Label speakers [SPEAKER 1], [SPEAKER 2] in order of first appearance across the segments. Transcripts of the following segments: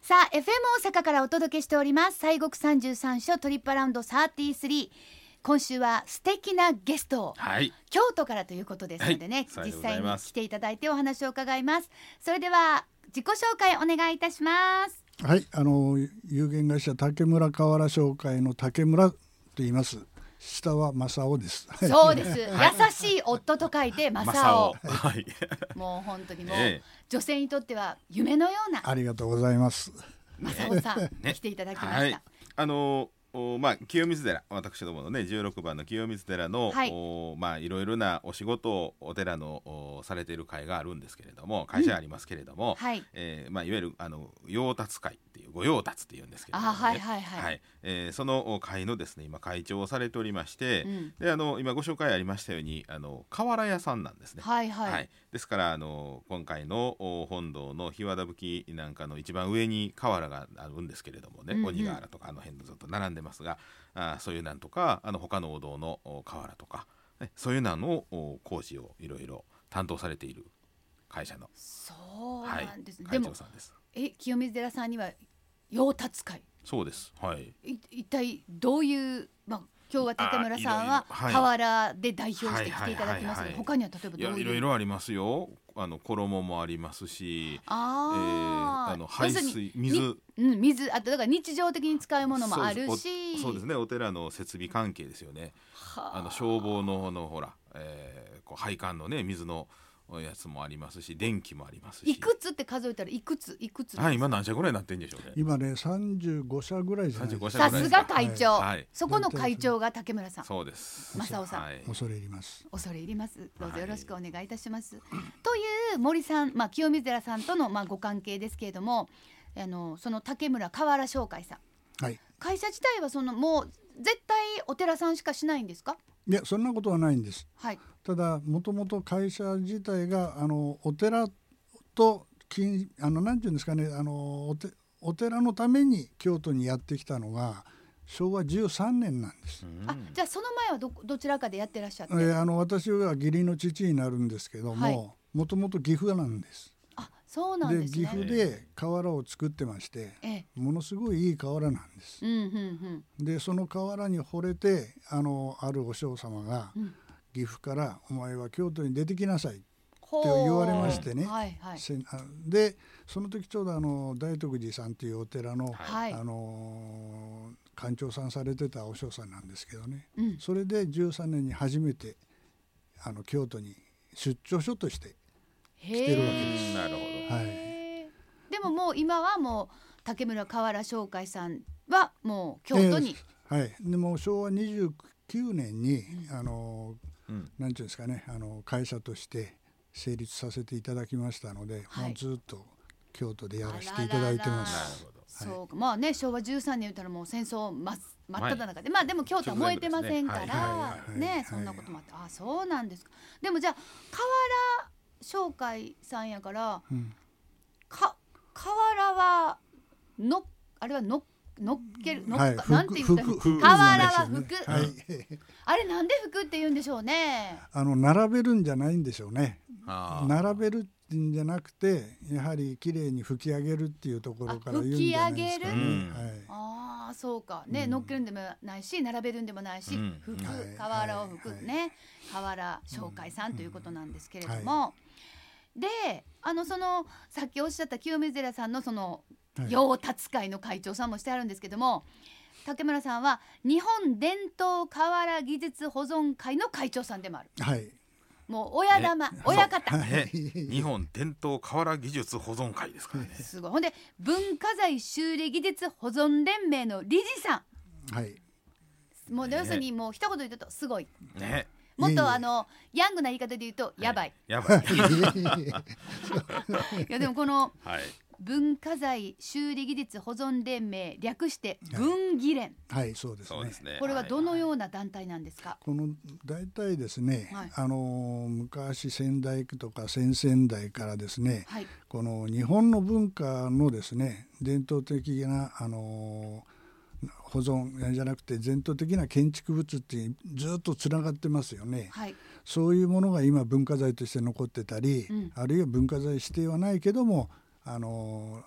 [SPEAKER 1] さあ FM 大阪からお届けしております西国三十三所トリップアラウンド33今週は素敵なゲストを
[SPEAKER 2] はい。
[SPEAKER 1] 京都からということですのでね、
[SPEAKER 2] はい
[SPEAKER 1] 実
[SPEAKER 2] さようでござ
[SPEAKER 1] 際
[SPEAKER 2] い
[SPEAKER 1] に
[SPEAKER 2] ま
[SPEAKER 1] 来
[SPEAKER 2] す
[SPEAKER 1] ていただいてお話を伺いますそれでは自己紹介お願いいたします
[SPEAKER 3] はい、あの有限会社竹村河原商会の竹村と言います。下は正雄です。はい
[SPEAKER 1] そうです、優しい夫と書いて正
[SPEAKER 2] 正
[SPEAKER 1] 雄
[SPEAKER 2] 雄。はい。
[SPEAKER 1] もう本当にもう、
[SPEAKER 2] ええ
[SPEAKER 1] 女性にとっては夢のような
[SPEAKER 3] ありがとうございます。
[SPEAKER 1] 正雄さん、
[SPEAKER 2] ね
[SPEAKER 1] 来ていただきました、
[SPEAKER 2] はい。あのーおまあ清水寺私どものね16番の清水寺の、
[SPEAKER 1] はい
[SPEAKER 2] おまあいろいろなお仕事をお寺のおされている会があるんですけれども会社ありますけれども、
[SPEAKER 1] はい
[SPEAKER 2] えーまあいわゆるあの養達会っていう御養達っていうんですけれども、
[SPEAKER 1] あ
[SPEAKER 2] ね、
[SPEAKER 1] はいはいはい
[SPEAKER 2] えーそのお会のですね今会長をされておりまして、
[SPEAKER 1] うん
[SPEAKER 2] であの今ご紹介ありましたようにあの瓦屋さんなんですね。
[SPEAKER 1] はいはい、
[SPEAKER 2] はい、ですからあの今回のお本堂の日和田吹なんかの一番上に瓦があるんですけれども
[SPEAKER 1] う
[SPEAKER 2] ね、
[SPEAKER 1] んうん
[SPEAKER 2] 鬼瓦とかあの辺のずっと並んでますがあーそういうなんとかあの他のお堂のお瓦とか、ね、そういうなのをお工事をいろいろ担当されている会社の、
[SPEAKER 1] そう
[SPEAKER 2] はい
[SPEAKER 1] なんです、、で
[SPEAKER 2] 会
[SPEAKER 1] も
[SPEAKER 2] 長さんです。
[SPEAKER 1] え清水寺さんには養達会
[SPEAKER 2] そうです、はい
[SPEAKER 1] い一体どういうまあ今日は竹村さんは
[SPEAKER 2] あいろいろはい
[SPEAKER 1] 河原で代表して来ていただきます
[SPEAKER 2] はい
[SPEAKER 1] けど
[SPEAKER 2] はいはいはい
[SPEAKER 1] 他には例えば
[SPEAKER 2] い
[SPEAKER 1] ど
[SPEAKER 2] や
[SPEAKER 1] ういう
[SPEAKER 2] いろいろありますよあの衣もありますし、え
[SPEAKER 1] あ
[SPEAKER 2] ー
[SPEAKER 1] ー、
[SPEAKER 2] あの排
[SPEAKER 1] 要するに
[SPEAKER 2] 水水
[SPEAKER 1] にうん水あとだから日常的に使うものもあるし
[SPEAKER 2] そうですおそうですねお寺の設備関係ですよね
[SPEAKER 1] は
[SPEAKER 2] あの消防のあのほら、えーこう配管のね水のやつもありますし電気もありますし
[SPEAKER 1] いくつって数えたらいくついくつ、
[SPEAKER 2] はい今何社ぐらいになってんでしょうね
[SPEAKER 3] 今ね、三十五社ぐらいじゃない
[SPEAKER 2] 35
[SPEAKER 3] で
[SPEAKER 2] 社
[SPEAKER 3] す
[SPEAKER 1] さすが会長、
[SPEAKER 2] はいはい
[SPEAKER 1] そこの会長が竹村さん
[SPEAKER 2] そうです
[SPEAKER 1] 正雄さん
[SPEAKER 2] はい
[SPEAKER 3] か。恐れ入ります。
[SPEAKER 1] 恐れ入りますどうぞよろしくお願いいたします、という森さんまあ清水寺さんとのまあご関係ですけれどもあのその竹村河原商会さん
[SPEAKER 3] はい。
[SPEAKER 1] 会社自体はそのもう絶対お寺さんしかしないんですか
[SPEAKER 3] いや、そんなことはないんです。
[SPEAKER 1] はい
[SPEAKER 3] ただ、もともと会社自体が、あのお寺と。金、あの、なんていうんですかね、あの、おて、お寺のために京都にやってきたのが。昭和十三年なんです。
[SPEAKER 2] うん
[SPEAKER 1] あじゃあその前はどどちらかでやってらっしゃって、
[SPEAKER 3] えーあの私は義理の父になるんですけど
[SPEAKER 1] はい
[SPEAKER 3] ももともと岐阜なんです。
[SPEAKER 1] あそうなん
[SPEAKER 3] で
[SPEAKER 1] です
[SPEAKER 3] 岐
[SPEAKER 1] ね
[SPEAKER 3] 阜で瓦を作ってまして
[SPEAKER 1] ええ
[SPEAKER 3] ものすごいいい瓦なんです。
[SPEAKER 1] うんうん
[SPEAKER 3] でその瓦に惚れてあのあるお嬢様が
[SPEAKER 1] うんうん
[SPEAKER 3] 岐阜から「お前は京都に出てきなさい」
[SPEAKER 1] ほう
[SPEAKER 3] って言われましてね
[SPEAKER 1] はいはい
[SPEAKER 3] せんあでその時ちょうどあの大徳寺さんっていうお寺の、
[SPEAKER 1] はい
[SPEAKER 3] あのー館長さんされてたお嬢さんなんですけどね
[SPEAKER 1] うん
[SPEAKER 3] それで13年に初めてあの京都に出張所として
[SPEAKER 1] 来
[SPEAKER 3] てるわけ
[SPEAKER 2] ですなるほ
[SPEAKER 3] どは
[SPEAKER 1] でももう今はもう竹村河原商会さんはもう京都に、
[SPEAKER 3] えーはい、でもう昭和29年に、あの
[SPEAKER 2] うん
[SPEAKER 3] なんていうんですかねあの会社として成立させていただきましたので、
[SPEAKER 1] はい
[SPEAKER 3] もうずっと京都でやらせていただいてま
[SPEAKER 2] なる
[SPEAKER 3] す。
[SPEAKER 2] ほど
[SPEAKER 1] そうかまあね昭和13年言ったらもう戦争真っ真っ只中で、まあでも京都は燃えてませんか
[SPEAKER 2] 直前
[SPEAKER 1] ら
[SPEAKER 3] のですねはいはいはい
[SPEAKER 1] ね、
[SPEAKER 3] はい
[SPEAKER 1] そんなこともあってあそうなんですかでもじゃあ河原商会さんやから
[SPEAKER 3] うん
[SPEAKER 1] か河原はのあれはののっけるのっか、
[SPEAKER 3] はい、
[SPEAKER 1] なんて言ったら
[SPEAKER 3] 服
[SPEAKER 1] 河
[SPEAKER 3] 服
[SPEAKER 1] 原は
[SPEAKER 3] なん
[SPEAKER 1] 服
[SPEAKER 3] ですよねはい、
[SPEAKER 1] あれなんで服って言うんでしょうね
[SPEAKER 3] あの並べるんじゃないんでしょうね。
[SPEAKER 2] あー
[SPEAKER 3] 並べるんじゃなくて、やはり綺麗に吹き上げるっていうところから言うんじゃないですか
[SPEAKER 1] あ
[SPEAKER 2] 吹き
[SPEAKER 3] ね
[SPEAKER 2] 上。
[SPEAKER 3] はい
[SPEAKER 1] ああそうかね、
[SPEAKER 3] うん
[SPEAKER 1] 乗っけるんでもないし並べるんでもないし、
[SPEAKER 2] うん
[SPEAKER 1] 服
[SPEAKER 2] うん
[SPEAKER 3] はい
[SPEAKER 1] 河原を服、
[SPEAKER 3] はい
[SPEAKER 1] ね河原商会さんということなんですけれども、
[SPEAKER 3] うん
[SPEAKER 1] であのそのさっきおっしゃった清水寺さんのその
[SPEAKER 3] はい
[SPEAKER 1] 養達会の会長さんもしてあるんですけども竹村さんは日本伝統河原技術保存会の会長さんでもある
[SPEAKER 3] はい。
[SPEAKER 1] もう親玉、親方、
[SPEAKER 2] ね日本伝統瓦技術保存会で すからね
[SPEAKER 1] すごいほんで文化財修理技術保存連盟の理事さ
[SPEAKER 3] はい。
[SPEAKER 1] んもう
[SPEAKER 2] ね
[SPEAKER 1] 要するにもう一言で言うとすごい
[SPEAKER 2] ね
[SPEAKER 1] もっ
[SPEAKER 3] いえいえ
[SPEAKER 1] とあのヤングな言い方で言うとやばい、
[SPEAKER 2] や ばい
[SPEAKER 1] い、やでもこの
[SPEAKER 2] はい
[SPEAKER 1] 文化財修理技術保存連盟略して文技連、
[SPEAKER 3] はい、そうです
[SPEAKER 2] そう
[SPEAKER 3] ね
[SPEAKER 2] で。すね
[SPEAKER 1] これはどの
[SPEAKER 2] う
[SPEAKER 1] ような団体なんですか、
[SPEAKER 3] この大体ですね、
[SPEAKER 1] はい
[SPEAKER 3] あの昔仙台とか先々代からですね、
[SPEAKER 1] はい
[SPEAKER 3] この日本の文化のですね伝統的なあの保存じゃなくて伝統的な建築物ってずっとつながってますよね、
[SPEAKER 1] はい
[SPEAKER 3] そういうものが今文化財として残ってたり、
[SPEAKER 1] うん
[SPEAKER 3] あるいは文化財指定はないけどもあの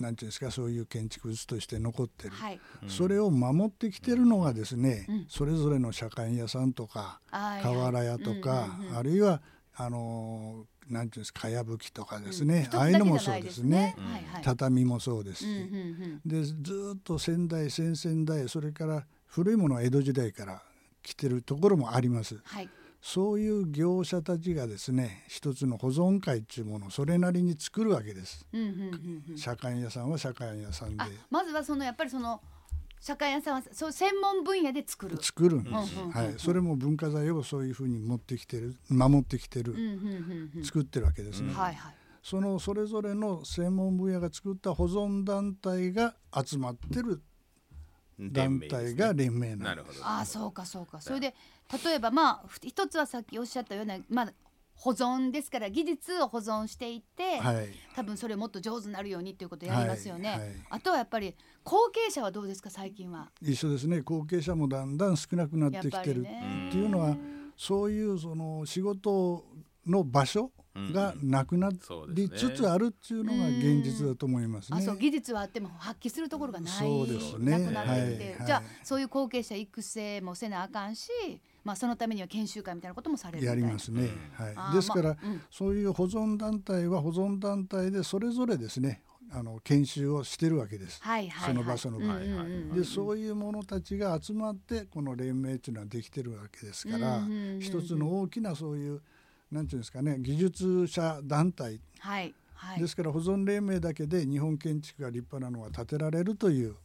[SPEAKER 3] なんていうんですかそういう建築物として残ってる、
[SPEAKER 1] はい。
[SPEAKER 3] それを守ってきてるのがですね、
[SPEAKER 1] うん
[SPEAKER 3] それぞれの左官屋さんとか
[SPEAKER 1] あー
[SPEAKER 3] 瓦屋とか、
[SPEAKER 1] うんうんうん
[SPEAKER 3] あるいはあのーなんていうんですかかやぶきとかですね、
[SPEAKER 1] うん
[SPEAKER 3] ああいうのもそうですね。
[SPEAKER 1] 一つだけじゃないですねはいはい。
[SPEAKER 3] 畳もそうですし、
[SPEAKER 1] うんうん
[SPEAKER 3] でずーっと先代先々代それから古いものは江戸時代から来てるところもあります
[SPEAKER 1] はい。
[SPEAKER 3] そういう業者たちがですね一つの保存会っていうものをそれなりに作るわけです、
[SPEAKER 1] うんうんうんうん。
[SPEAKER 3] 社会屋さんは社会屋さんで
[SPEAKER 1] あ、まずはそのやっぱりその社会屋さんはそう専門分野で作る。
[SPEAKER 3] 作るんです、
[SPEAKER 1] うんうんうん
[SPEAKER 3] はい、それも文化財をそういうふうに持ってきてる守ってきてる、
[SPEAKER 1] うんうんうんうん。
[SPEAKER 3] 作ってるわけですね、
[SPEAKER 1] はいはい。
[SPEAKER 3] そのそれぞれの専門分野が作った保存団体が集まってる団体が連盟
[SPEAKER 2] な
[SPEAKER 3] な
[SPEAKER 2] ん
[SPEAKER 3] で
[SPEAKER 2] るほど。
[SPEAKER 1] ああそうかそうか。それで例えばまあふ一つはさっきおっしゃったようなまあ保存ですから技術を保存していって、
[SPEAKER 3] す、はい、
[SPEAKER 1] 多分それをもっと上手になるようにっていうことをやりますよね。
[SPEAKER 3] はいはい
[SPEAKER 1] あとはやっぱり後継者はどうですか最近は。
[SPEAKER 3] 一緒ですね後継者もだんだん少なくな
[SPEAKER 1] や
[SPEAKER 3] っ
[SPEAKER 1] ってぱ
[SPEAKER 3] きて
[SPEAKER 1] り
[SPEAKER 3] る
[SPEAKER 1] ね。
[SPEAKER 3] っていうのはそういうその仕事の場所がなくな
[SPEAKER 2] そうで
[SPEAKER 3] り
[SPEAKER 2] す
[SPEAKER 3] つ
[SPEAKER 2] ね
[SPEAKER 3] つあるっていうのが現実だと思います
[SPEAKER 1] あ
[SPEAKER 3] ね
[SPEAKER 1] そう。技術はあっても発揮するところがない
[SPEAKER 3] そうですね
[SPEAKER 1] なくなってきて、
[SPEAKER 3] はいはい
[SPEAKER 1] じゃあそういう後継者育成もせなあかんし、まあ、そのためには研修会みたいなこともされるみた
[SPEAKER 3] や
[SPEAKER 1] いな
[SPEAKER 3] りますね、
[SPEAKER 1] あ
[SPEAKER 3] は
[SPEAKER 1] ー
[SPEAKER 3] い、ですから、
[SPEAKER 1] まあうん
[SPEAKER 3] そういう保存団体は保存団体でそれぞれですねあの研修をしてるわけです。
[SPEAKER 1] はいはいはい、
[SPEAKER 3] その場所の場合
[SPEAKER 1] うんうんうん
[SPEAKER 3] でそういう者たちが集まってこの連盟っていうのはできてるわけですから、
[SPEAKER 1] うんうんうんうん
[SPEAKER 3] 一つの大きなそういうなんていうんですかね技術者団体
[SPEAKER 1] はいはい、
[SPEAKER 3] ですから保存連盟だけで日本建築が立派なのは建てられるという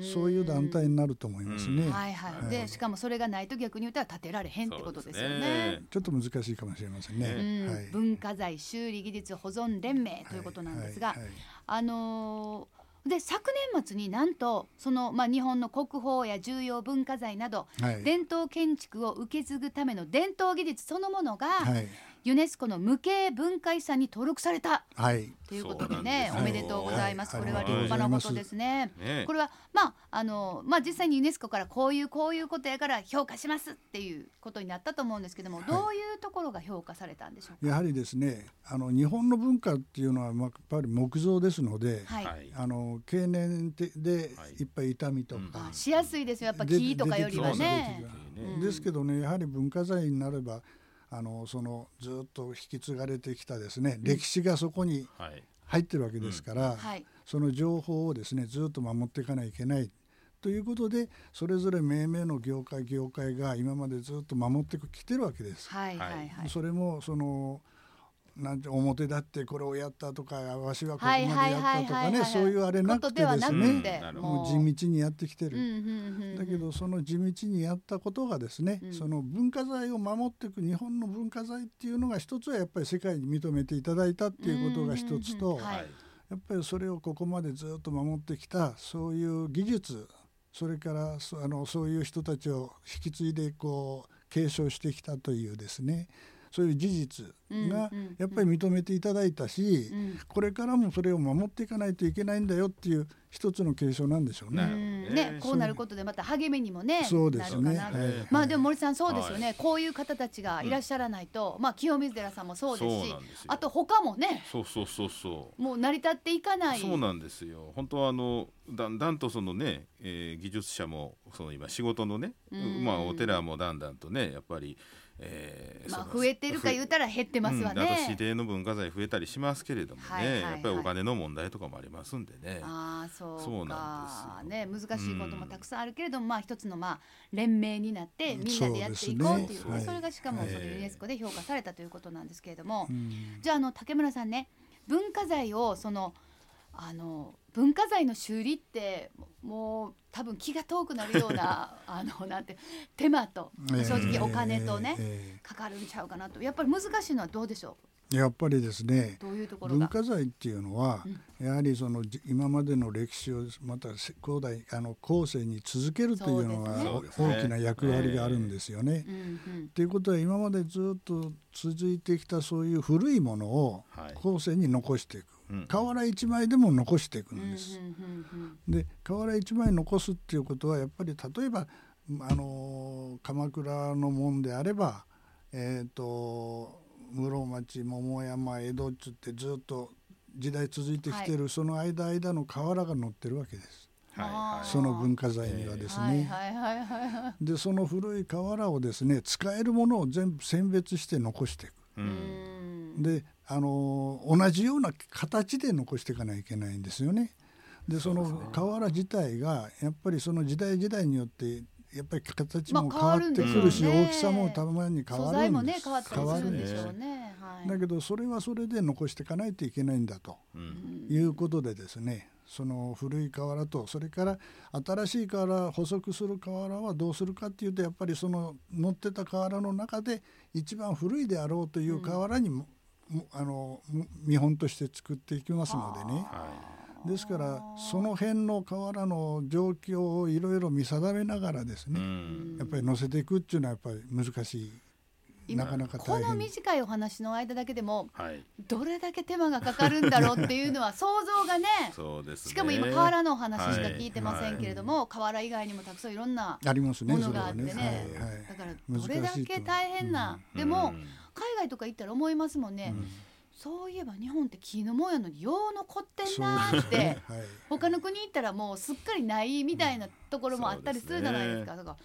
[SPEAKER 3] そういう団体になると思いますね。
[SPEAKER 1] はいはいでしかもそれがないと逆に言ったら建てられへんってことですよね。
[SPEAKER 3] ちょっと難しいかもしれませんね。
[SPEAKER 1] うん
[SPEAKER 3] はい、
[SPEAKER 1] 文化財修理技術保存連盟ということなんですが、
[SPEAKER 3] はいはいはい
[SPEAKER 1] あのーで昨年末になんとその、まあ、日本の国宝や重要文化財など、
[SPEAKER 3] はい
[SPEAKER 1] 伝統建築を受け継ぐための伝統技術そのものが、
[SPEAKER 3] はい
[SPEAKER 1] ユネスコの無形文化遺産に登録された
[SPEAKER 3] はい
[SPEAKER 1] ということで
[SPEAKER 2] そうなんで
[SPEAKER 1] ね
[SPEAKER 2] すよ
[SPEAKER 1] おめでとうございます、
[SPEAKER 3] はい
[SPEAKER 1] これは立派なことですね。
[SPEAKER 2] ね
[SPEAKER 1] これはまああのまあ実際にユネスコからこういうこういうことやから評価しますっていうことになったと思うんですけども、どういうところが評価されたんでしょう
[SPEAKER 3] やはりですねあの日本の文化っていうのはまあやっぱり木造ですので、
[SPEAKER 1] か。はい。
[SPEAKER 2] はい。
[SPEAKER 3] あの経年でで
[SPEAKER 2] はい
[SPEAKER 3] いっぱい痛みとか、
[SPEAKER 1] あしやすいですよやっぱ木とかよりはね
[SPEAKER 3] 出てき。ます
[SPEAKER 2] ね
[SPEAKER 1] うん
[SPEAKER 3] ですけどねやはり文化財になればあのそのずっと引き継がれてきたですね歴史がそこに
[SPEAKER 2] はい。
[SPEAKER 3] 入ってるわけですから、
[SPEAKER 1] はい。
[SPEAKER 3] その情報をですねずっと守っていかないといけないということでそれぞれ命名の業界業界が今までずっと守ってきてるわけです。
[SPEAKER 1] はいはいはい。
[SPEAKER 3] それもそのなんて表だってこれをやったとかわしはここま
[SPEAKER 1] は
[SPEAKER 3] で
[SPEAKER 1] い
[SPEAKER 3] や
[SPEAKER 1] はい
[SPEAKER 3] っ
[SPEAKER 1] は
[SPEAKER 3] た
[SPEAKER 1] い
[SPEAKER 3] と
[SPEAKER 1] は
[SPEAKER 3] か
[SPEAKER 1] い
[SPEAKER 3] ね
[SPEAKER 1] はい。
[SPEAKER 3] そういうあれな
[SPEAKER 1] こ
[SPEAKER 3] く
[SPEAKER 1] と
[SPEAKER 3] て
[SPEAKER 1] では
[SPEAKER 3] で
[SPEAKER 1] な
[SPEAKER 3] す
[SPEAKER 1] く
[SPEAKER 3] ね
[SPEAKER 1] て
[SPEAKER 2] うん
[SPEAKER 3] もう地道にやってきて
[SPEAKER 1] うん
[SPEAKER 3] る。
[SPEAKER 1] うんうんうん
[SPEAKER 3] だけどその地道にやったことがですね、
[SPEAKER 1] うん
[SPEAKER 3] その文化財を守っていく日本の文化財っていうのが一つはやっぱり世界に認めていただいたっていうことが一つ
[SPEAKER 1] う
[SPEAKER 3] と、
[SPEAKER 1] んうんうんはい
[SPEAKER 2] はい。
[SPEAKER 3] やっぱりそれをここまでずっと守ってきたそういう技術それからそあのそういう人たちを引き継いでこう継承してきたというですねそういう事実が
[SPEAKER 1] うんうんうん
[SPEAKER 3] やっぱり認めていただいたし、
[SPEAKER 1] うん
[SPEAKER 3] これからもそれを守っていかないといけないんだよっていう一つの継承なんでしょう
[SPEAKER 1] う
[SPEAKER 2] なる
[SPEAKER 3] ね。
[SPEAKER 2] ほどね
[SPEAKER 1] んねこうなることでまた励みにもね
[SPEAKER 3] そうですね。
[SPEAKER 1] なるかな。
[SPEAKER 3] はい
[SPEAKER 1] まあでも森さんそうですよね、
[SPEAKER 2] は
[SPEAKER 1] こういう方たちがいらっしゃらないと、まあ清水寺さんもそうですし
[SPEAKER 2] そうなんですよ
[SPEAKER 1] あと他もね
[SPEAKER 2] そうそうそうそう。
[SPEAKER 1] もう成り立っていかない
[SPEAKER 2] そうなんですよ本当はあのだんだんとそのね、えー技術者もその今仕事のね、
[SPEAKER 1] うん
[SPEAKER 2] まあ、お寺もだんだんとねやっぱり、えー
[SPEAKER 1] ま
[SPEAKER 2] そ
[SPEAKER 1] あ
[SPEAKER 2] の
[SPEAKER 1] 増えてるか言うたら減ってますわ
[SPEAKER 2] うん、あと指
[SPEAKER 1] ね。
[SPEAKER 2] 定の文化財増えたりしますけれどもね、
[SPEAKER 1] はいはいはい
[SPEAKER 2] やっぱりお金の問題とかもありますんでね。
[SPEAKER 1] ああそうか
[SPEAKER 2] そうなんです
[SPEAKER 1] ね難しいこともたくさんあるけれども、まあ一つのまあ連盟になってみんなでやっていこうっていうそ
[SPEAKER 2] そうですねはい
[SPEAKER 1] それがしかも
[SPEAKER 2] はい
[SPEAKER 1] そのユネスコで評価されたということなんですけれども、
[SPEAKER 3] うん
[SPEAKER 1] じゃああの竹村さんね文化財をそのあの文化財の修理ってもう多分気が遠くなるよう なあのなんて手間と正直お金とね、
[SPEAKER 3] えーえ
[SPEAKER 1] かかるんちゃうかなとやっぱり難しいのはどうでしょ
[SPEAKER 3] ーやっぱりですね
[SPEAKER 1] うどういうところ
[SPEAKER 3] 文
[SPEAKER 1] が
[SPEAKER 3] 化財っていうのは、やはりそのじ今までの歴史をまた後代あの後世に続けるというのが
[SPEAKER 2] そうですね
[SPEAKER 3] 大きな役割があるんですよね。
[SPEAKER 1] うんうん
[SPEAKER 3] ということは今までずっと続いてきたそういう古いものを
[SPEAKER 2] はい
[SPEAKER 3] 後世に残していく、
[SPEAKER 2] うん
[SPEAKER 3] 瓦一枚でも残していくんです。
[SPEAKER 1] うんうんうんうん
[SPEAKER 3] で瓦一枚残すっていうことはやっぱり例えば、あのー鎌倉の門であれば、えー、と室町桃山江戸っつってずっと時代続いてきてるその間間の瓦が乗ってるわけです
[SPEAKER 2] はいはい
[SPEAKER 3] その文化財にはです
[SPEAKER 1] はい
[SPEAKER 3] ね。
[SPEAKER 1] はいはいはいはい
[SPEAKER 3] でその古い瓦をですね使えるものを全部選別して残していく。
[SPEAKER 2] う
[SPEAKER 1] うんん
[SPEAKER 3] であの同じような形で残していかないといけないんですよね。で
[SPEAKER 2] そ
[SPEAKER 3] そ
[SPEAKER 2] うです
[SPEAKER 3] の
[SPEAKER 2] ね
[SPEAKER 3] 瓦自体がやっぱりその時代時代によってやっぱり形も
[SPEAKER 1] まあ
[SPEAKER 3] 変わってくるし、
[SPEAKER 1] 変わるん
[SPEAKER 3] 大
[SPEAKER 1] で
[SPEAKER 3] き
[SPEAKER 1] すよ
[SPEAKER 3] さ
[SPEAKER 1] ね
[SPEAKER 3] もたまに変
[SPEAKER 1] 素
[SPEAKER 3] わ
[SPEAKER 1] 材
[SPEAKER 3] る
[SPEAKER 1] も
[SPEAKER 3] んで
[SPEAKER 1] ね
[SPEAKER 3] す
[SPEAKER 1] 変わったりするんでしょう
[SPEAKER 2] 変
[SPEAKER 1] ね。はい。
[SPEAKER 3] だけどそれはそれで残していかないといけないんだと
[SPEAKER 2] うん
[SPEAKER 3] いうことでですねその古い瓦とそれから新しい瓦補足する瓦はどうするかっていうとやっぱりその乗ってた瓦の中で一番古いであろうという瓦にも、もあのも見本として作っていきますのでね
[SPEAKER 2] は
[SPEAKER 3] ですからその辺の瓦の状況をいろいろ見定めながらです
[SPEAKER 2] い。う
[SPEAKER 3] ね、
[SPEAKER 2] ん
[SPEAKER 3] やっぱり乗せていくっていうのはやっぱり難しい
[SPEAKER 1] 今
[SPEAKER 3] なかなか
[SPEAKER 1] こ
[SPEAKER 3] 大
[SPEAKER 1] の
[SPEAKER 3] 変
[SPEAKER 1] 短いお話の間だけでも
[SPEAKER 2] はい。
[SPEAKER 1] どれだけ手間がかかるんだろうっていうのは想像がね
[SPEAKER 2] そうですね。
[SPEAKER 1] しかも今瓦のお話しか聞いてませんけれども、瓦以外にもたくさんいろんな
[SPEAKER 3] ありますね
[SPEAKER 1] もの
[SPEAKER 3] それ
[SPEAKER 1] があっ
[SPEAKER 3] は
[SPEAKER 1] て
[SPEAKER 3] ね。
[SPEAKER 1] ね
[SPEAKER 3] はいはい
[SPEAKER 1] だから
[SPEAKER 3] 難し
[SPEAKER 1] ど
[SPEAKER 3] い
[SPEAKER 1] れ
[SPEAKER 3] と
[SPEAKER 1] だけ大変な、
[SPEAKER 2] うん
[SPEAKER 1] でも、海外とか行ったら思いますもんね、
[SPEAKER 3] うん
[SPEAKER 1] そういえば日本って木のもんやのによう残ってん
[SPEAKER 3] そう
[SPEAKER 1] な
[SPEAKER 3] で
[SPEAKER 1] ーっ
[SPEAKER 3] す
[SPEAKER 1] て、
[SPEAKER 3] ねはい
[SPEAKER 1] 他の国行ったらもうすっかりないみたいなところもあったりするじゃないですか、だから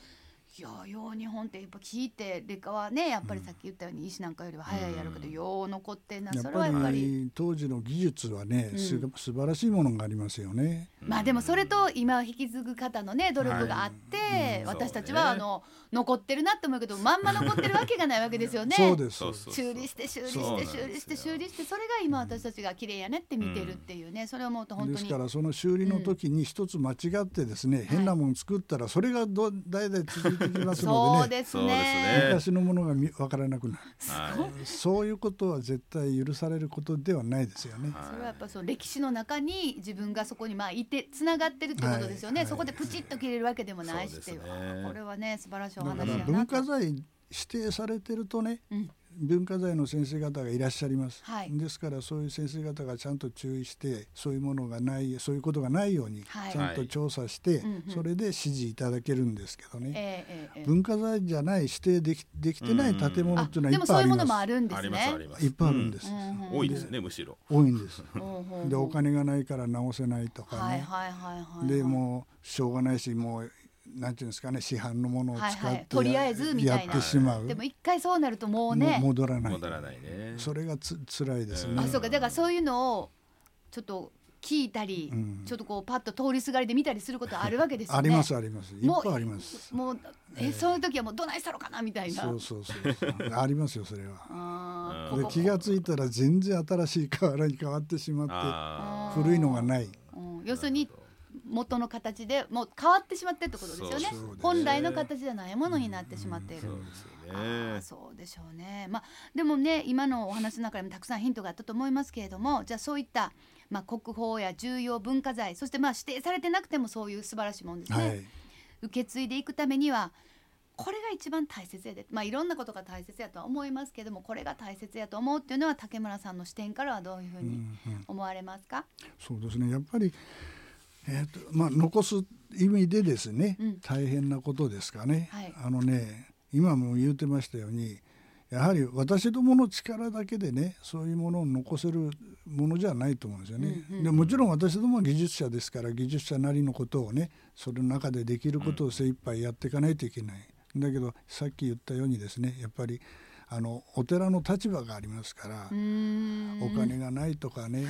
[SPEAKER 1] いやよう日本ってやっぱ聞いて劣化はねやっぱりさっき言ったように石なんかよりは早いやるけど、
[SPEAKER 2] うん
[SPEAKER 1] よう残ってんな
[SPEAKER 3] や
[SPEAKER 1] そ
[SPEAKER 3] っ
[SPEAKER 1] れはやっ
[SPEAKER 3] ぱ
[SPEAKER 1] ぱり。
[SPEAKER 3] り当時の技術はね、す
[SPEAKER 1] うん
[SPEAKER 3] 素晴らしいものがありますよね。
[SPEAKER 1] まあでもそれと今引き継ぐ方のね努力があって、
[SPEAKER 2] うん
[SPEAKER 1] 私たち
[SPEAKER 2] そう
[SPEAKER 1] はあ
[SPEAKER 2] ね
[SPEAKER 1] の残ってるなって思うけどまんま残ってるわけがないわけですよね。
[SPEAKER 3] そうです。
[SPEAKER 2] そうそう
[SPEAKER 1] 修理して修理
[SPEAKER 2] そ
[SPEAKER 1] し
[SPEAKER 2] うなん
[SPEAKER 1] て
[SPEAKER 2] ですよ
[SPEAKER 1] 修理して修理してそれが今私たちが綺麗やねって見てるっていうね、それを思うと本
[SPEAKER 3] で
[SPEAKER 1] 当
[SPEAKER 3] す
[SPEAKER 1] に
[SPEAKER 3] からその修理の時に一つ間違ってですね、変なもの作ったらそれがど代々続いてきます
[SPEAKER 1] そ
[SPEAKER 3] の
[SPEAKER 1] う
[SPEAKER 3] でね。
[SPEAKER 1] です
[SPEAKER 2] そ
[SPEAKER 1] ね。
[SPEAKER 2] うですね
[SPEAKER 3] 昔のものが見分からなくな
[SPEAKER 2] はい。
[SPEAKER 3] るそういうことは絶対許されることではないですよね。
[SPEAKER 1] それはやっぱその歴史の中に自分がそこにまあいてつながってるってことですよね、
[SPEAKER 3] はい
[SPEAKER 1] そこでプチッと切れるわけでもないしっていう
[SPEAKER 2] そうですね
[SPEAKER 1] これはね素晴らしいお
[SPEAKER 3] だか
[SPEAKER 1] 話や
[SPEAKER 3] ら
[SPEAKER 1] なと
[SPEAKER 3] 文化財指定されてるとね、
[SPEAKER 1] うん
[SPEAKER 3] 文化財の先生方がいらっしゃいます、
[SPEAKER 1] はい
[SPEAKER 3] ですからそういう先生方がちゃんと注意してそういうものがないそういうことがないように
[SPEAKER 1] はい
[SPEAKER 3] ちゃんと調査して、
[SPEAKER 1] うんうん
[SPEAKER 3] それで指示いただけるんですけどね、
[SPEAKER 1] ええええええ
[SPEAKER 3] 文化財じゃない指定できできてない建物ってい
[SPEAKER 1] で
[SPEAKER 3] うのは
[SPEAKER 1] も
[SPEAKER 3] いっぱ
[SPEAKER 1] そうい
[SPEAKER 3] いあ
[SPEAKER 1] う
[SPEAKER 3] り
[SPEAKER 1] も
[SPEAKER 3] ます,、
[SPEAKER 1] のもあるんで
[SPEAKER 2] あ
[SPEAKER 1] す
[SPEAKER 2] ります
[SPEAKER 1] ね
[SPEAKER 2] あ。ります。
[SPEAKER 3] いっぱいあるんです、
[SPEAKER 1] うんうん
[SPEAKER 2] 多いですねむしろ。
[SPEAKER 3] 多いんです
[SPEAKER 1] ほうほうほう
[SPEAKER 3] でお金がないから直せないとかね、
[SPEAKER 1] はいはいはいはい。
[SPEAKER 3] でもうしょうがないしもうなんていうんですかね市販のものを使ってや、
[SPEAKER 1] はいはいとりあえずみたいな
[SPEAKER 3] やってしまう、
[SPEAKER 1] でも一回そうなるともうね
[SPEAKER 3] も戻らない
[SPEAKER 2] 戻らないね。
[SPEAKER 3] それがつ辛いですね、
[SPEAKER 2] ん
[SPEAKER 1] あそうかだからそういうのをちょっと聞いたり、
[SPEAKER 3] うん
[SPEAKER 1] ちょっとこうパッと通りすがりで見たりすることあるわけですよね。
[SPEAKER 3] ありますありますいっ
[SPEAKER 1] もう
[SPEAKER 3] ぱいあります
[SPEAKER 1] もうえ、そういう時はもうどないしたのかなみたいな。
[SPEAKER 3] そうそうそうそうありますよそれは
[SPEAKER 1] あー
[SPEAKER 2] うん
[SPEAKER 3] で
[SPEAKER 1] ここ
[SPEAKER 3] 気がついたら全然新しい瓦に変わってしまっ
[SPEAKER 2] あ
[SPEAKER 1] あ
[SPEAKER 3] て古いのがない
[SPEAKER 1] うん要するに元の形でもう変わってしまってってことですよね
[SPEAKER 2] そうそうです
[SPEAKER 1] 本来の形じゃないものになってしまっている、
[SPEAKER 2] そうです
[SPEAKER 1] あ
[SPEAKER 2] よ
[SPEAKER 1] ー
[SPEAKER 2] ね。
[SPEAKER 1] そうでしょうねまあでもね今のお話の中にもたくさんヒントがあったと思いますけれどもじゃあそういった、まあ、国宝や重要文化財そしてまあ指定されてなくてもそういう素晴らしいもんですね、
[SPEAKER 3] はい
[SPEAKER 1] 受け継いでいくためにはこれが一番大切やで、まあ、いろんなことが大切やとは思いますけれどもこれが大切やと思うっていうのは竹村さんの視点からはどういうふう
[SPEAKER 3] う
[SPEAKER 1] に
[SPEAKER 3] んうん
[SPEAKER 1] 思われますか、
[SPEAKER 3] そうですねやっぱりえーとまあ残す意味でですね、
[SPEAKER 1] うん
[SPEAKER 3] 大変なことですかね、
[SPEAKER 1] はい
[SPEAKER 3] あのね今も言うてましたようにやはり私どもの力だけでねそういうものを残せるものじゃないと思うんですよね、
[SPEAKER 1] うんうん
[SPEAKER 3] でもちろん私どもは技術者ですから技術者なりのことをねそれの中でできることを精一杯やっていかないといけない、だけどさっき言ったようにですねやっぱりあのお寺の立場がありますから、
[SPEAKER 1] うーん
[SPEAKER 3] お金がないと かね、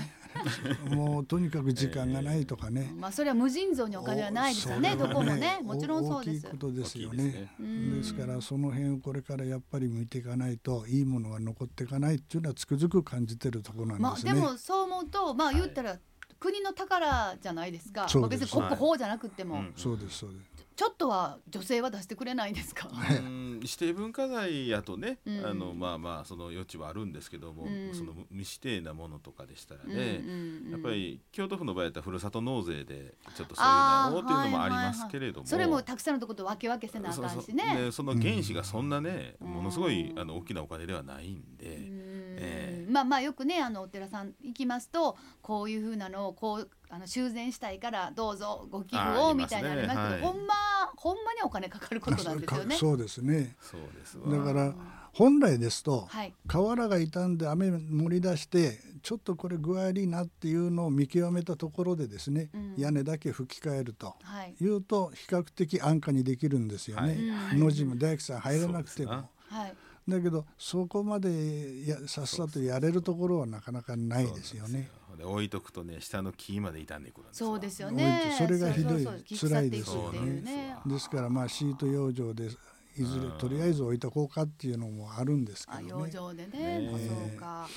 [SPEAKER 3] もうとにかく時間がないとかね。
[SPEAKER 1] まあそれは無尽蔵にお金はないですよね
[SPEAKER 3] お
[SPEAKER 1] どこもねもちろんそうで
[SPEAKER 3] 大き
[SPEAKER 1] す
[SPEAKER 3] いことですよね。
[SPEAKER 2] 大き
[SPEAKER 3] で
[SPEAKER 2] いですね
[SPEAKER 1] うん
[SPEAKER 3] すからその辺をこれからやっぱり見ていかないといいものが残っていかないっていうのはつくづく感じてるところなん
[SPEAKER 1] ま
[SPEAKER 3] で
[SPEAKER 1] あ
[SPEAKER 3] す
[SPEAKER 1] で
[SPEAKER 3] ね。
[SPEAKER 1] もそう思うとまあ言ったら、国の宝じゃないですか
[SPEAKER 3] そうです
[SPEAKER 1] 別に国宝じゃなくても、
[SPEAKER 2] はいうん
[SPEAKER 3] そうですそうです。
[SPEAKER 1] ちょっとは女性は出してくれないですか、
[SPEAKER 2] うん指定文化財やとね、
[SPEAKER 1] うん
[SPEAKER 2] あのまあまあその余地はあるんですけども、
[SPEAKER 1] うん
[SPEAKER 2] その未指定なものとかでしたら
[SPEAKER 1] うんうん
[SPEAKER 2] ね、
[SPEAKER 1] うん
[SPEAKER 2] やっぱり京都府の場合だったらふるさと納税でちょっとそういうのをっていうのもありますけれども、
[SPEAKER 1] それもたくさんのとこと分け分けせなあ
[SPEAKER 2] そう
[SPEAKER 1] かん
[SPEAKER 2] そう
[SPEAKER 1] しね
[SPEAKER 2] でその原資がそんなね、
[SPEAKER 1] うん
[SPEAKER 2] ものすごい
[SPEAKER 1] うん
[SPEAKER 2] あの大きなお金ではないんで、
[SPEAKER 1] うん
[SPEAKER 2] え
[SPEAKER 1] まあまあよくねあのお寺さん行きますとこういうふうなのをこうあの修繕したいからどうぞご寄付
[SPEAKER 2] あーあ
[SPEAKER 1] を
[SPEAKER 2] り
[SPEAKER 1] み
[SPEAKER 2] ます
[SPEAKER 1] た
[SPEAKER 2] ね
[SPEAKER 1] いなのありますけど
[SPEAKER 2] はい
[SPEAKER 1] ほんまほんまにお金かかることなんですよね。
[SPEAKER 3] そうですね
[SPEAKER 2] そうですわ
[SPEAKER 3] だから本来ですと、
[SPEAKER 1] はい
[SPEAKER 3] 瓦が傷んで雨盛り出してちょっとこれ具合悪いなっていうのを見極めたところでですね、
[SPEAKER 1] うん
[SPEAKER 3] 屋根だけ吹き替えると
[SPEAKER 1] はい
[SPEAKER 3] いうと比較的安価にできるんですよね。
[SPEAKER 1] はい
[SPEAKER 3] 野島大工さん入らなく
[SPEAKER 2] そ
[SPEAKER 3] て
[SPEAKER 2] うです
[SPEAKER 3] も
[SPEAKER 2] な
[SPEAKER 1] はい
[SPEAKER 3] だけどそこまでやさっさとやれるところはなかなかないです
[SPEAKER 2] そう
[SPEAKER 3] よね。
[SPEAKER 2] なんですよで置いとくとね下の木まで傷んでくるんですわ
[SPEAKER 1] そうですよね。
[SPEAKER 3] それがひどい
[SPEAKER 1] そうそうそう
[SPEAKER 3] 辛いです
[SPEAKER 1] 消え去ってくっ
[SPEAKER 2] よね
[SPEAKER 1] ていうね
[SPEAKER 2] そうなん
[SPEAKER 3] ですからまあシート養生でいずれ
[SPEAKER 2] うん
[SPEAKER 3] とりあえず置いとこうかっていうのもあるんです
[SPEAKER 1] あ
[SPEAKER 3] けど
[SPEAKER 1] 養
[SPEAKER 3] ね。
[SPEAKER 1] 生でね
[SPEAKER 2] ね
[SPEAKER 1] あそうか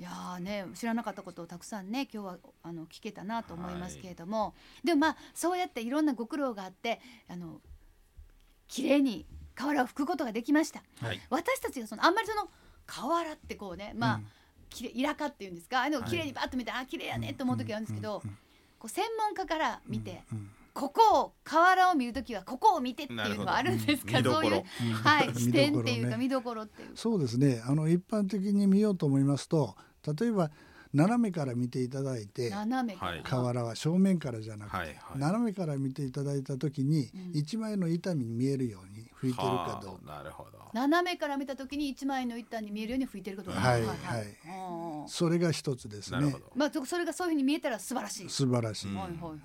[SPEAKER 1] いやーね知らなかったことをたくさんね今日はあの聞けたなと思いますけれども、でもまあそうやっていろんなご苦労があってあの綺麗に瓦を拭くことができました
[SPEAKER 2] はい
[SPEAKER 1] 私たちがそのあんまりその瓦ってこうねまあ、
[SPEAKER 3] うん
[SPEAKER 1] きれイラカっていうんですかああいうのを綺麗にバッと見て、ああ綺麗やねと思う時があるんですけど、こう専門家から見て、
[SPEAKER 3] うん
[SPEAKER 1] ここを瓦を見るときはここを見てっていうのはあるんですか
[SPEAKER 2] なるほ
[SPEAKER 1] そう
[SPEAKER 2] ど
[SPEAKER 1] いう、
[SPEAKER 3] うん
[SPEAKER 1] はい、視点っていうか
[SPEAKER 3] 見
[SPEAKER 1] 見どころっていう。
[SPEAKER 3] そうですねあの一般的に見ようと思いますと例えば斜めから見ていただいて
[SPEAKER 1] 斜めから、
[SPEAKER 2] はい
[SPEAKER 3] 瓦は正面からじゃなくて、
[SPEAKER 2] はいはい
[SPEAKER 3] 斜めから見ていただいた時に一枚の板に見えるように拭いてるかどうか。
[SPEAKER 2] はあなるほど
[SPEAKER 1] 斜めから見たときに一枚の板に見えるように拭いてることが
[SPEAKER 3] はいはい
[SPEAKER 1] うんうん
[SPEAKER 3] それが一つです
[SPEAKER 2] なる
[SPEAKER 3] ね
[SPEAKER 2] ほ。ど
[SPEAKER 1] まあそそれがそういうふうに見えたら素晴らしい。
[SPEAKER 3] 素晴らしい。
[SPEAKER 1] はいはいはい。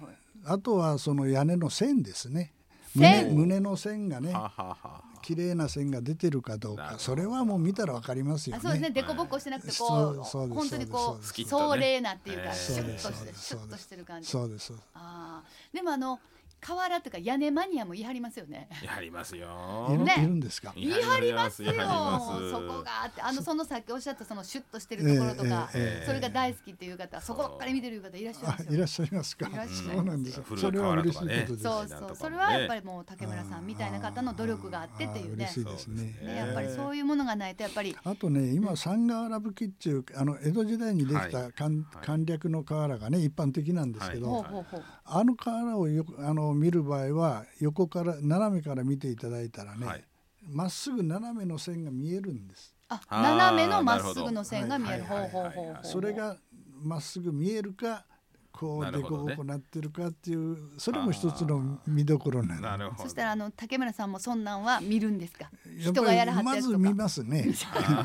[SPEAKER 3] あとはその屋根の線ですね。胸
[SPEAKER 1] 線
[SPEAKER 3] 胸の線がね
[SPEAKER 2] は、あはあはあはあ
[SPEAKER 3] 綺麗な線が出てるかどう
[SPEAKER 2] なるほ
[SPEAKER 3] か、
[SPEAKER 2] ど
[SPEAKER 3] それはもう見たらわかりますよ
[SPEAKER 1] あそうですね、
[SPEAKER 3] ね。
[SPEAKER 1] 凸凹してなくてこ
[SPEAKER 3] そう
[SPEAKER 1] う
[SPEAKER 3] そうです
[SPEAKER 1] 本当にこ
[SPEAKER 3] そう
[SPEAKER 1] う
[SPEAKER 3] で
[SPEAKER 2] そ
[SPEAKER 3] す
[SPEAKER 2] うです
[SPEAKER 1] 壮麗なっていうか、
[SPEAKER 2] ええ
[SPEAKER 1] シュッと
[SPEAKER 3] そう
[SPEAKER 1] して
[SPEAKER 3] です
[SPEAKER 1] シュッとしてる感じ。
[SPEAKER 3] そうです。そうです
[SPEAKER 1] ああでもあの瓦とか屋根マニアも言い張りますよね。
[SPEAKER 2] やりますよ
[SPEAKER 3] いる
[SPEAKER 1] ね
[SPEAKER 3] いるんですか。
[SPEAKER 1] 言い張りますよ。
[SPEAKER 2] やります
[SPEAKER 1] そこがあってあのそのさっきおっしゃったそのシュッとしてるところとか、
[SPEAKER 3] ええ
[SPEAKER 2] ええ
[SPEAKER 1] それが大好きっていう方、そこばっかり見てる方いらっしゃいま
[SPEAKER 3] あ
[SPEAKER 1] すよ。
[SPEAKER 3] いらっしゃいますか
[SPEAKER 1] いらっ。しゃいます
[SPEAKER 3] そうなんですよ。
[SPEAKER 2] 古い
[SPEAKER 3] それは嬉しいこと
[SPEAKER 2] 瓦
[SPEAKER 3] で
[SPEAKER 2] とかね
[SPEAKER 3] す。
[SPEAKER 1] そう
[SPEAKER 2] 時代
[SPEAKER 1] そう
[SPEAKER 2] なんとかもね
[SPEAKER 1] それはやっぱりもう竹村さんみたいな方の努力があってっていうね
[SPEAKER 3] あー嬉しいですね。
[SPEAKER 2] そう
[SPEAKER 1] ねやっぱりそういうものがないとやっぱり
[SPEAKER 3] あとね今三瓦葺きっていうあの江戸時代にでき
[SPEAKER 2] は
[SPEAKER 3] た
[SPEAKER 2] い
[SPEAKER 3] 簡
[SPEAKER 2] はい
[SPEAKER 3] 簡略の瓦がね一般的なんですけど、
[SPEAKER 1] ほうほうほう
[SPEAKER 3] あの瓦をよあの見る場合は横から斜めから見ていただいたらね、
[SPEAKER 2] はい
[SPEAKER 3] まっすぐ斜めの線が見えるんです。
[SPEAKER 1] あ
[SPEAKER 2] あー
[SPEAKER 1] 斜めのまっすぐの線が見える
[SPEAKER 3] なる
[SPEAKER 1] ほ
[SPEAKER 3] ほ
[SPEAKER 1] うほ
[SPEAKER 3] ど
[SPEAKER 1] うほうほう
[SPEAKER 3] それがまっすぐ見えるかこう
[SPEAKER 2] な
[SPEAKER 3] 凸
[SPEAKER 2] るほどね
[SPEAKER 3] 凹なってるかっていう、それも一つの見どころなんで
[SPEAKER 2] なるほど
[SPEAKER 1] そしたらあの竹村さんもそんなんは見るんですか
[SPEAKER 3] やっ
[SPEAKER 1] 人がやらは
[SPEAKER 3] ぱり
[SPEAKER 1] ったや
[SPEAKER 3] ま
[SPEAKER 1] つ
[SPEAKER 3] ず
[SPEAKER 1] と
[SPEAKER 3] 見
[SPEAKER 1] か
[SPEAKER 3] ま すね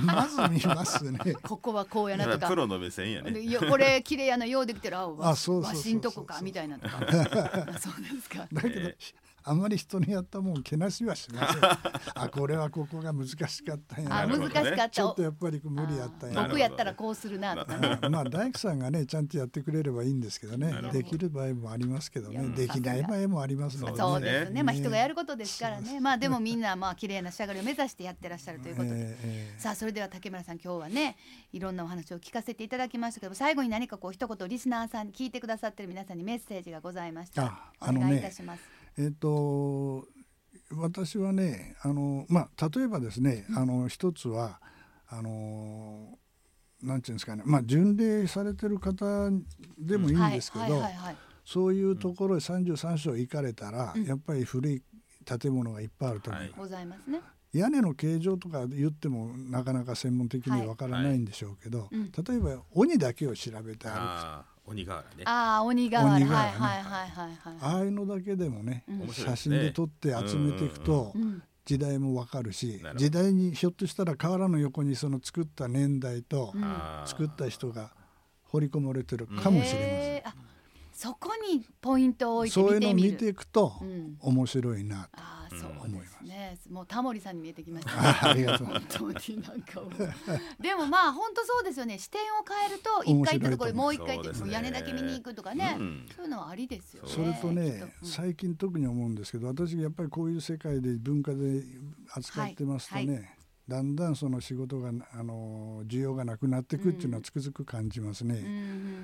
[SPEAKER 3] まず見ますね
[SPEAKER 1] ここはこうやなと
[SPEAKER 2] プ
[SPEAKER 1] か
[SPEAKER 2] ロの目線やね
[SPEAKER 1] いやこれ綺麗やなようできてるあわ
[SPEAKER 3] あそうそ
[SPEAKER 1] わ
[SPEAKER 3] うそうそう
[SPEAKER 1] しんとこかみたいな とかそうですか
[SPEAKER 3] だけど、
[SPEAKER 2] え
[SPEAKER 3] あんまり人にやったもんけなしはしませんあこれはここが難しかったんやな
[SPEAKER 1] あ
[SPEAKER 2] なる
[SPEAKER 1] 難
[SPEAKER 2] ほど
[SPEAKER 1] し
[SPEAKER 2] ね
[SPEAKER 1] かっ
[SPEAKER 3] ち
[SPEAKER 1] た
[SPEAKER 3] ょっとやっぱり無理やったんや
[SPEAKER 1] あー
[SPEAKER 3] な
[SPEAKER 1] 僕やったらこうするなとかね
[SPEAKER 3] まあ大工さんがねちゃんとやってくれればいいんですけどね
[SPEAKER 1] なるほど
[SPEAKER 3] できる場合もありますけど
[SPEAKER 1] いや
[SPEAKER 3] ねできない場合もありますので、ね、
[SPEAKER 1] そうですねまあ
[SPEAKER 3] ね
[SPEAKER 1] 人がやることですからねまあでもみんなまあ綺麗な仕上がりを目指してやってらっしゃるということで
[SPEAKER 3] えええ
[SPEAKER 1] さあそれでは竹村さん今日はねいろんなお話を聞かせていただきましたけど最後に何かこう一言リスナーさん聞いてくださってる皆さんにメッセージがございましたら
[SPEAKER 3] あ
[SPEAKER 1] お
[SPEAKER 3] あのね
[SPEAKER 1] 願いいたします。
[SPEAKER 3] ええっと私はねあの、まあ、例えばですねあの一つはあのなんていうんですかね、まあ、巡礼されてる方でもいいんですけど、
[SPEAKER 1] はいはいはいはい、
[SPEAKER 3] そういうところへ33章行かれたら、やっぱり古い建物がいっぱいあると思う、
[SPEAKER 2] はい
[SPEAKER 1] ございますね。
[SPEAKER 3] 屋根の形状とか言ってもなかなか専門的にわからないんでしょうけど、
[SPEAKER 1] いうん
[SPEAKER 3] 例えば鬼だけを調べて
[SPEAKER 2] ああ
[SPEAKER 3] あ
[SPEAKER 2] 鬼瓦ね
[SPEAKER 1] ああ鬼瓦
[SPEAKER 3] 鬼
[SPEAKER 1] はい
[SPEAKER 3] 瓦ね
[SPEAKER 1] はいはいはいはい
[SPEAKER 3] るああいうのだけでもね、
[SPEAKER 2] 面白い
[SPEAKER 3] 写
[SPEAKER 2] です
[SPEAKER 3] 真
[SPEAKER 2] ね
[SPEAKER 3] で撮って集めていくと
[SPEAKER 1] うんうんうん
[SPEAKER 3] 時代もわかる
[SPEAKER 2] なる
[SPEAKER 3] し、
[SPEAKER 2] ほど
[SPEAKER 3] 時代にひょっとしたら瓦の横にその作った年代と
[SPEAKER 1] うん
[SPEAKER 2] あー
[SPEAKER 3] 作った人が掘り込まれてるかもしれません。
[SPEAKER 1] へーあそこにポイントを置いて
[SPEAKER 3] そういう
[SPEAKER 1] 見
[SPEAKER 3] のを
[SPEAKER 1] てみる。
[SPEAKER 3] 見ていくと
[SPEAKER 1] うん
[SPEAKER 3] 面白いなと、
[SPEAKER 1] ああそうですね、もうタモリさんに見えてきました、
[SPEAKER 3] ありがとう
[SPEAKER 1] 本当になんかもうでもまあ本当そうですよね視点を変えると一回行ったところにもう一回行っ
[SPEAKER 2] 面白いと思いま
[SPEAKER 1] て
[SPEAKER 2] す
[SPEAKER 1] もう屋根だけ見に行くとかね、
[SPEAKER 2] うん
[SPEAKER 1] そういうのはありですよね
[SPEAKER 3] それとね、
[SPEAKER 1] きっと
[SPEAKER 3] 最近特に思うんですけど私やっぱりこういう世界で文化で扱ってますとね、
[SPEAKER 1] はい
[SPEAKER 3] だんだんその仕事があの需要がなくなってくっていうのはつくづく感じます
[SPEAKER 1] うんう
[SPEAKER 3] ね、
[SPEAKER 1] ん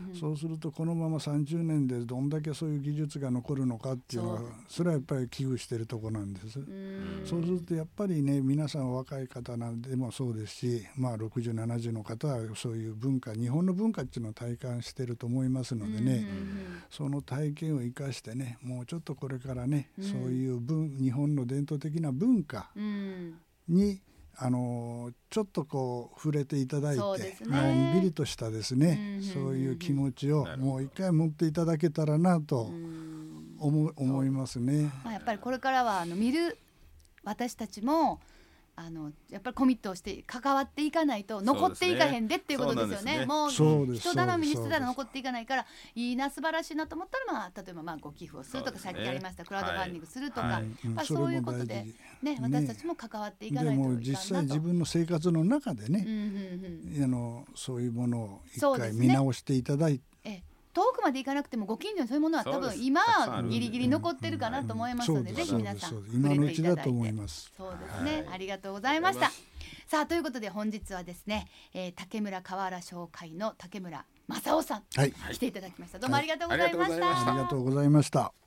[SPEAKER 1] うん
[SPEAKER 3] そうするとこのまま30年でどんだけそういう技術が残るのかっていうのは
[SPEAKER 1] そう
[SPEAKER 3] それはやっぱり危惧してるとこなんです、
[SPEAKER 1] うん
[SPEAKER 3] そうするとやっぱりね皆さん若い方なんでもそうですし、まあ、6070の方はそういう文化日本の文化っていうのを体感してると思いますのでね、
[SPEAKER 1] うんうん
[SPEAKER 3] その体験を生かしてねもうちょっとこれからね、
[SPEAKER 1] うん
[SPEAKER 3] そういう文日本の伝統的な文化
[SPEAKER 1] うんうん
[SPEAKER 3] にあのちょっとこう触れていただいて
[SPEAKER 1] そうですね
[SPEAKER 3] のんびりとしたですね、
[SPEAKER 1] うんうんうんうん
[SPEAKER 3] そういう気持ちを
[SPEAKER 2] なるほど
[SPEAKER 3] もう一回持っていただけたらなと
[SPEAKER 1] うん
[SPEAKER 3] 思,、思いますね。
[SPEAKER 1] まあ、やっぱりこれからはあの見る私たちもあのやっぱりコミットをして関わっていかないと残っていかへんでっていうことですよね。
[SPEAKER 2] そ
[SPEAKER 1] もう
[SPEAKER 3] そうです
[SPEAKER 1] 人頼みにしてたら
[SPEAKER 3] そうです
[SPEAKER 1] 残っていかないからいいな素晴らしいなと思ったら、まあ、例えばまあご寄付をするとか、
[SPEAKER 2] そ
[SPEAKER 1] さ
[SPEAKER 2] うで
[SPEAKER 1] っ
[SPEAKER 2] す
[SPEAKER 1] き
[SPEAKER 2] ね
[SPEAKER 1] ありましたクラウドファンディングするとか、
[SPEAKER 2] はい
[SPEAKER 1] やっぱりそういうことで、ね、
[SPEAKER 3] ね
[SPEAKER 1] 私たちも関わってい
[SPEAKER 3] で
[SPEAKER 1] かないといかん
[SPEAKER 3] も
[SPEAKER 1] なと。
[SPEAKER 3] 実際自分の生活の中で
[SPEAKER 1] うん
[SPEAKER 3] ね、
[SPEAKER 1] うんうん
[SPEAKER 3] あのそういうものを
[SPEAKER 1] そ
[SPEAKER 3] 一
[SPEAKER 1] うで
[SPEAKER 3] 回
[SPEAKER 1] すね
[SPEAKER 3] 見直していただいて
[SPEAKER 1] ええ遠くまで行かなくてもご近所にそういうものは多
[SPEAKER 2] そうで
[SPEAKER 1] 分
[SPEAKER 2] す
[SPEAKER 1] 今
[SPEAKER 2] たくさんあるんで
[SPEAKER 1] ギリギリ残ってるかなと思いますので
[SPEAKER 3] そう
[SPEAKER 1] ぜ
[SPEAKER 3] です
[SPEAKER 1] ひ皆さん
[SPEAKER 3] そうです
[SPEAKER 1] 触
[SPEAKER 3] 今
[SPEAKER 1] れ
[SPEAKER 3] のう
[SPEAKER 1] てい
[SPEAKER 3] ち
[SPEAKER 1] た
[SPEAKER 3] だ
[SPEAKER 1] だい
[SPEAKER 3] と思い
[SPEAKER 1] て
[SPEAKER 3] ます。
[SPEAKER 1] そうですね、
[SPEAKER 2] はい
[SPEAKER 1] ありがとうございました
[SPEAKER 2] ありがとうございます
[SPEAKER 1] さあということで本日はですね、えー、竹村河原商会の竹村正夫さん、
[SPEAKER 3] はい、
[SPEAKER 1] 来ていただきましたどうもありがとうございました、
[SPEAKER 2] はいありがとうございました
[SPEAKER 3] ありがとうございました。